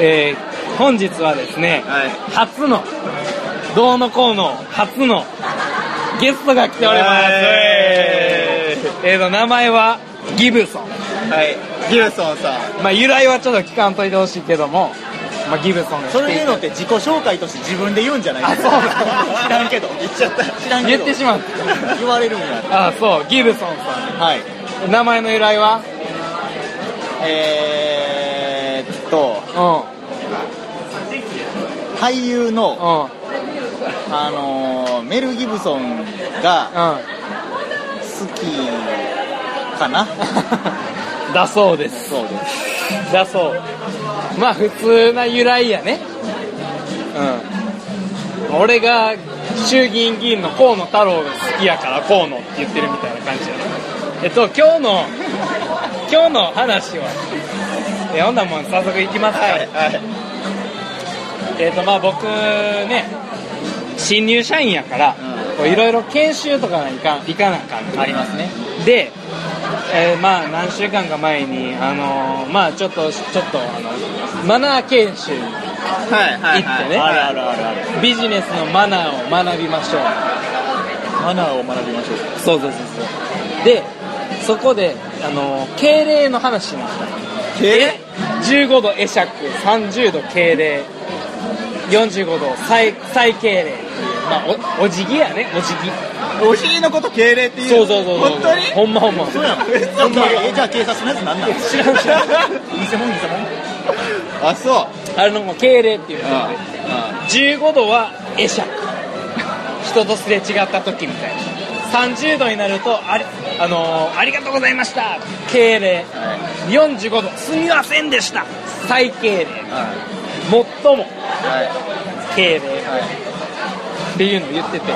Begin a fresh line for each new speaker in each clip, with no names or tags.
えー本日はですね、
はい
初の、どうのこうの、初の、ゲストが来ております。
え
えーと、名前は、ギブソン。
はいギルソンさん
まあ、由来はちょっと聞かんといてほしいけども、まあ、ギブソンが来て
それでいうのって自己紹介として自分で言うんじゃない
あそうな
知らんけど
言っちゃった
知らんけ
言
ど
ってしまう。
言われるんや
ああ、そう、ギブソンさ
はい
ん。名前の由来は
えー、っと
う
俳優の、
ん、うん、
あのーメル・ギブソン
う
が
ん。
好きかな
だそうです
そうです
だそうまあ普通な由来やねうん俺が衆議院議員の河野太郎が好きやから河野って言ってるみたいな感じやねえっと今日の今日の話はえほんなもん早速いきますか、
はい
えっとまあ僕ね新入社員やからこういろいろ研修とかがいかんいかなあかん
ありますね
で、えーまあ何週間か前にあのーまあちょっとちょっとあのマナー研修
はいはいは
行って
い
ね
あるあるあるある
ビジネスのマナーを学びましょう
マナーを学びましょう
そうそうそうそうでそこであのー敬礼の話しました
え
15度会釈30度敬礼45度再再敬礼っていうまあおお辞儀やねお辞儀
お尻のこと敬礼っていう
そうそうそうそう
本当に
ほんまほんま
そうやもん
えそ
え
うか
えじゃあ警察のやつなんなの
知らん知らん
偽物偽物
あそう
あれのもう敬礼っていうの
あ
で15度は会釈 人とすれ違った時みたいな30度になるとあり,、あのーありがとうございました敬礼45度すみませんでした再敬礼
は
最も
い
敬礼っていうのを言ってて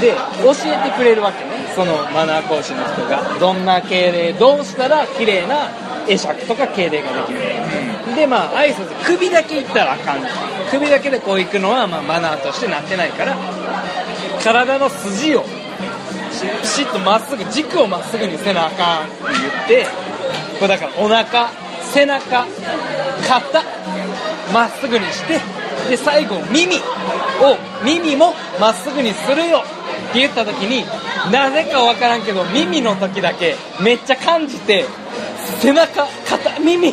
で教えてくれるわけねそのマナー講師の人がどんな敬礼どうしたら綺麗な会釈とか敬礼ができるでまあ挨拶首だけいったらあかん首だけでこう行くのは、まあ、マナーとしてなってないから体の筋をしピシッとまっすぐ軸をまっすぐにせなあかんって言ってこれだからお腹背中肩まっすぐにしてで最後耳を耳もまっすぐにするよって言った時になぜかわからんけど耳の時だけめっちゃ感じて背中肩耳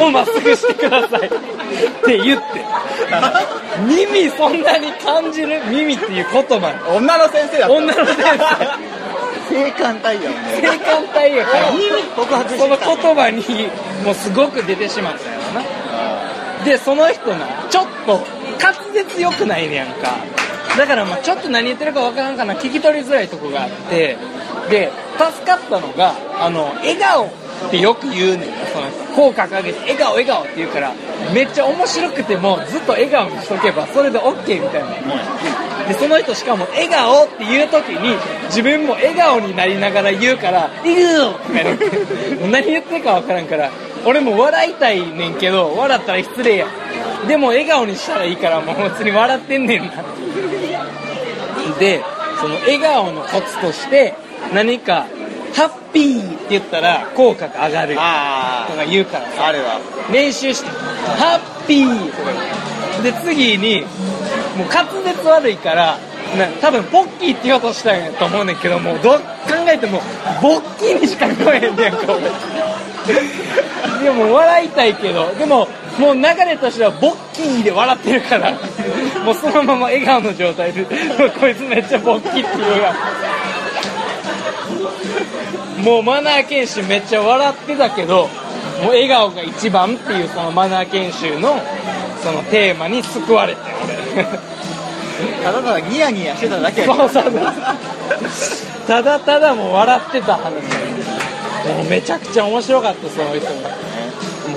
をまっすぐしてください って言って耳そんなに感じる耳っていう言葉
はい女の先生だった
女の先生
性感帯やもんね
性感帯やから
告白
その
し
言葉にもうすごく出てしまったよなでその人なちょっと滑舌良くないねやんかだからまあちょっと何言ってるかわからんかな聞き取りづらいとこがあってで助かったのがあの笑顔ってよく言うねんなその人口角上げて笑顔笑顔って言うからめっちゃ面白くてもずっと笑顔にしとけばそれで OK みたいなでその人しかも笑顔って言う時に自分も笑顔になりながら言うから「笑顔!」とか言ってもう 何言ってるか分からんから俺も笑いたいねんけど笑ったら失礼やでも笑顔にしたらいいからもう別に笑ってんねんなでその笑顔のコツとして何か「ハッピー」って言ったら口角上がる
あ
とか言うから
ああれは
練習して「ハッピー」とか言ってで次にもう滑舌悪いからな多分ポッキーって言おうとしたんやと思うねんけどもうどう考えてもボッキーにしか聞こえへんねやんか俺でも笑いたいけどでももう流れとしてはボッキーで笑ってるからもうそのまま笑顔の状態でも うこいつめっちゃボッキーって言うやんもうマナー研修めっちゃ笑ってたけどもう笑顔が一番っていうそのマナー研修のそのテーマに救われて俺
ただただニヤニヤしてただけや
そうそうそうただただもう笑ってた話もうめちゃくちゃ面白かったその人もも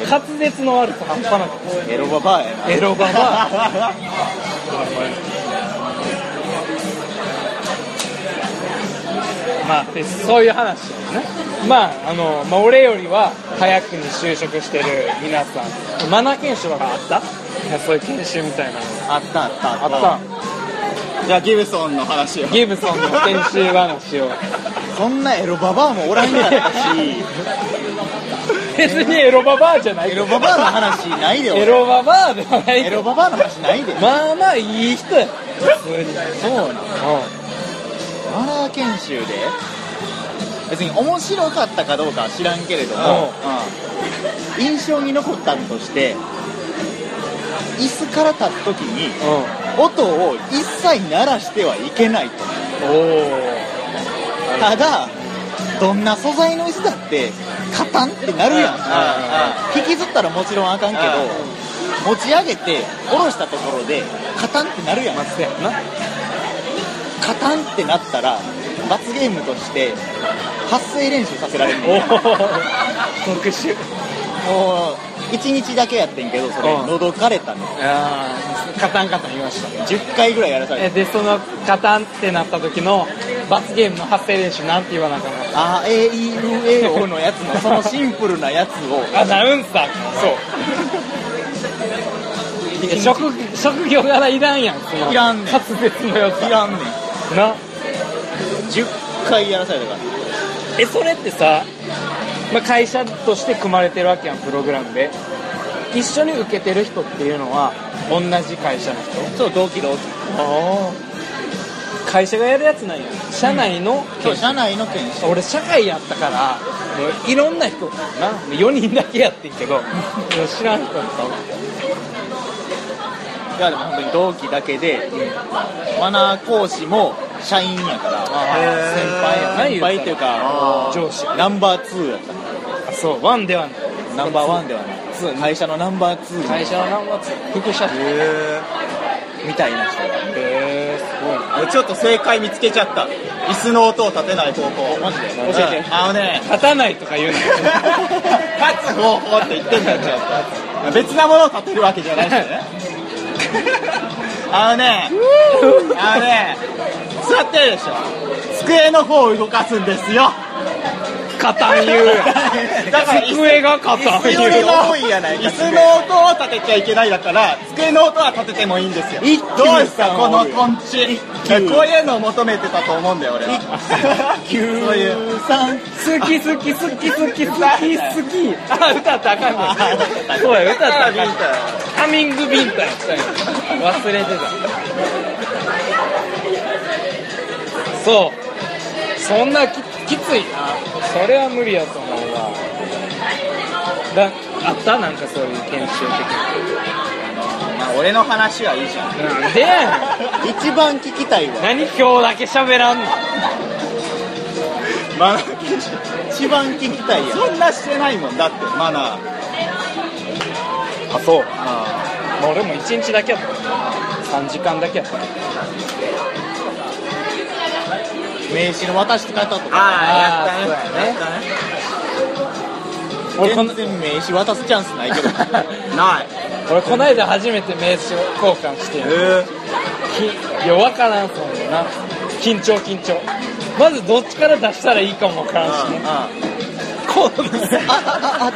う滑舌の悪さ半端なくて
エロババアやな
エロババまあでそういう話ですねまああの、まあ、俺よりは早くに就職してる皆さんマナー研修とかあったそういう研修みたいなの
あったあった
あった
じゃあギブソンの話を
ギブソンの研修話を
そんなエロババアもおらんやったし
別にエロババアじゃない
エロババアの話ないで
エ
俺
ロババアではない
エ
け
ロ
ど
ババアの話ないで
まあまあいい人や普通に
そうなのマナー研修で別に面白かったかどうかは知らんけれども、うん印象に残ったのとして椅子から立った時に
うん
音を一切鳴らしてはいけないと
お
ただどんな素材の椅子だってカタンってなるやん引きずったらもちろんあかんけど持ち上げて下ろしたところでカタンってなるやん
まあそうやな
カタンってなったら罰ゲームとして発声練習させられるの
お
もう
お特殊
1日だけやってんけどそれ
うん
喉かれたの
ああカタンカタン言いました
10回ぐらいやらされ
え
て
でそのカタンってなった時の罰ゲームの発声練習なんて言わなあかった
あえいうえおのやつのそのシンプルなやつを
アナウンサーそう職職業柄いらんやんその
いらんねん
滑舌の良
い
さ
らんねん
な
10回やらされたから
えそれってさ、まあ、会社として組まれてるわけやんプログラムで一緒に受けてる人っていうのは同じ会社の人
そう同期同期
ああ会社がやるやつなんや社内の、
そう社内の研修
俺社会やったからもういろんな人な4人だけやってんけど知らん人と
いやでも本当に同期だけで、マナー講師も社員やから先輩や
何言う
先
たら
輩っていうか
上司
ナンバー2やった
そうワンではない
ナンバーワンではない
ツー
会社のナンバー2
会社の何は副社長へ
みたいな人が
えすごい
俺ちょっと正解見つけちゃった椅子の音を立てない方法マジで
教えて
あのね
立たないとか言うな
立つ方法って言ってんだよちょっと 別なものを立てるわけじゃないしねあのねあのね座ってるでしょ机の方を動かすんですよ
カタン言うやん
だから椅子
机がカタン
机
言う
の多いやないか椅子の音を立てちゃいけないだから机の音は立ててもいいんですよ
一休
どうですか
さん
こ
は
の
多い
トンチこういうのを求めてたと思うんだよ俺は そういう
三
好き好き好き好き好き好き あ歌ったらあかんのそうや歌ったらあかんのハミングビンタやったんや忘れてたそうそんなききついなそれは無理やと思うわだあったなんかそういう研修
まあ俺の話はいいじゃん
的ななんでやねん
一番聞きたいわ
何今日だけ喋らんの
マナ
一番聞きたいやん
そんなしてないもんだってマナー
あそうもう俺も1日だけやった3時間だけやった
名刺の渡し方とか
あーやった
ね
俺この
全然名刺渡すチャンスないけど
ない
俺こないだ初めて名刺交換して
え
きいやわからんそうな緊張緊張まずどっちから出したらいいかもわからんしね河野ですあ
ああ
あ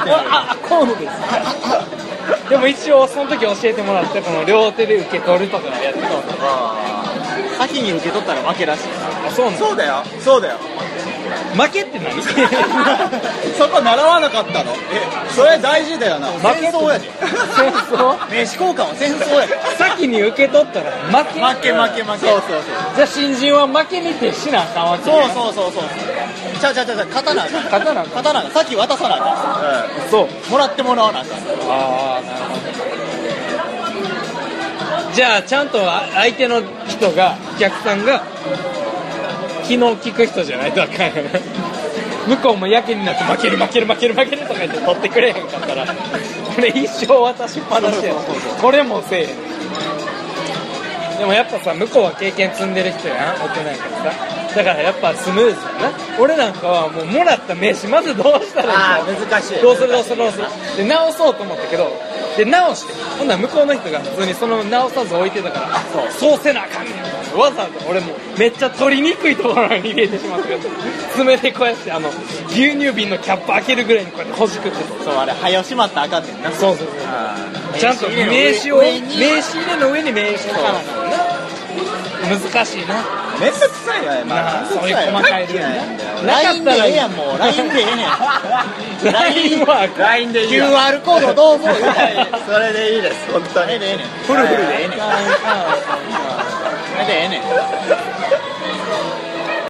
あ河野ですでも一応その時教えてもらってこの両手で受け取るとかやってたわ
先に受け取ったら負けらしい
あそうなの
そうだよそうだよ
負けって何
そこ習わなかったのえそれ大事だよな
け
戦争やで
戦争
名刺交換は戦争やで
先に受け取ったら負け
負け負け負け
そうそう
じゃあ新人は負けにてしなあかんわけ
そう
う
そうそうそうちゃうちゃうちゃうちゃう刀が
勝たなあかん
刀がさっき渡さなあ
そ
そう
かんもらってもらわなあかん
ああなるほどじゃあちゃんと相手の人がお客さんが気の利く人じゃないとあかんよね向こうもやけになって負ける負ける負ける負けるとか言って取ってくれへんかったらこれ一生渡しっぱなしやしこれもせえへんでもやっぱさ向こうは経験積んでる人やん大人やからさだからやっぱスムーズやな俺なんかはもうもらった名刺まずどうしたらいいか
あ ー難しい
どうするどうするどうするで直そうと思ったけどで直してほんなら向こうの人が普通にその直さず置いてたからあそうせなあかんねんわざわざ俺もめっちゃ取りにくいところに入れてしまったから爪でこうやってあの牛乳瓶のキャップ開けるぐらいにこうやってほじくって
そうあれ早しまったらあかんねんな
そうそうそうちゃんと名刺を
上
名
に
刺入れの上に名刺を置かなあかんな難しいな
めんどくさいわよ、ま
な
あ
あ、そういう細かいルールねなか
LINE
っ
で
たら
ええやんもう LINE でええねん
LINE は
LINE でいいよ
QR コード どう思うよ
それでいいです本当
あ
に
れでええねん
フルフルでええねん
あれでええねん